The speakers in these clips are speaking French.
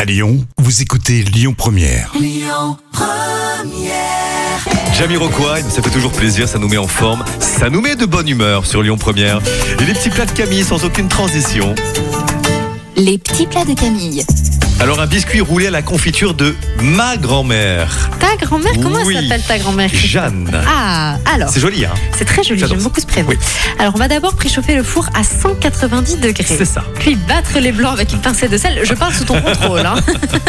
À Lyon, vous écoutez Lyon Première. Jamiroquai, ça fait toujours plaisir, ça nous met en forme, ça nous met de bonne humeur sur Lyon Première. Et les petits plats de Camille sans aucune transition. Les petits plats de Camille. Alors un biscuit roulé à la confiture de ma grand-mère, Ta grand-mère, comment Oui. elle s'appelle ta grand-mère Jeanne. Ah, Eh ben, alors, C'est joli, hein c'est très joli, J'adore j'aime ça. beaucoup ce prénom. Oui. Alors, on va d'abord préchauffer le four à 190 degrés. C'est ça. Puis battre les blancs avec une pincée de sel. Je parle sous ton contrôle. hein.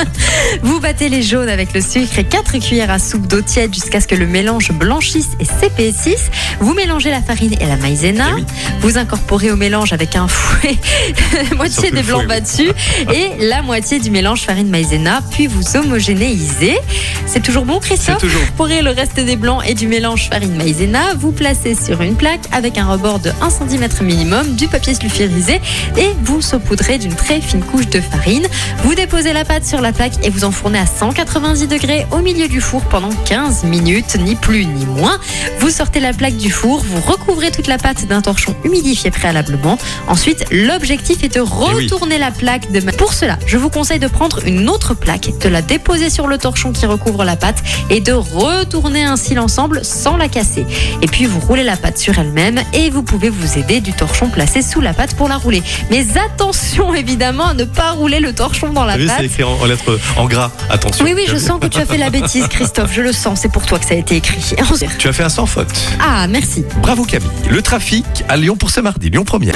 Vous battez les jaunes avec le sucre et 4 cuillères à soupe d'eau tiède jusqu'à ce que le mélange blanchisse et s'épaississe. Vous mélangez la farine et la maïzena. Eh oui. Vous incorporez au mélange avec un fouet la moitié Surtout des le blancs fouet, oui. battus et la moitié du mélange farine-maïzena. Puis vous homogénéisez. C'est toujours bon, C'est Christophe toujours. Pourrez le reste des blancs et du mélange farine maïzena, vous placez sur une plaque avec un rebord de 1 cm minimum, du papier sulfurisé et vous saupoudrez d'une très fine couche de farine. Vous déposez la pâte sur la plaque et vous enfournez à 190 degrés au milieu du four pendant 15 minutes, ni plus ni moins. Vous sortez la plaque du four, vous recouvrez toute la pâte d'un torchon humidifié préalablement. Ensuite, l'objectif est de Eh oui. retourner la plaque de ma- Pour cela, je vous conseille de prendre une autre plaque, de la déposer sur le torchon qui recouvre la pâte et de retourner ainsi l'ensemble sans la casser. Et puis vous roulez la pâte sur elle-même et vous pouvez vous aider du torchon placé sous la pâte pour la rouler. Mais attention évidemment à ne pas rouler le torchon dans la Vous savez, pâte. c'est écrit en, en lettres en gras. Attention. Ah, Oui, oui, je sens que tu as fait la bêtise, Christophe. Je le sens, c'est pour toi que ça a été écrit. Tu as fait un sans faute. Ah, merci. Bravo Camille. Le trafic à Lyon pour ce mardi, Lyon Première.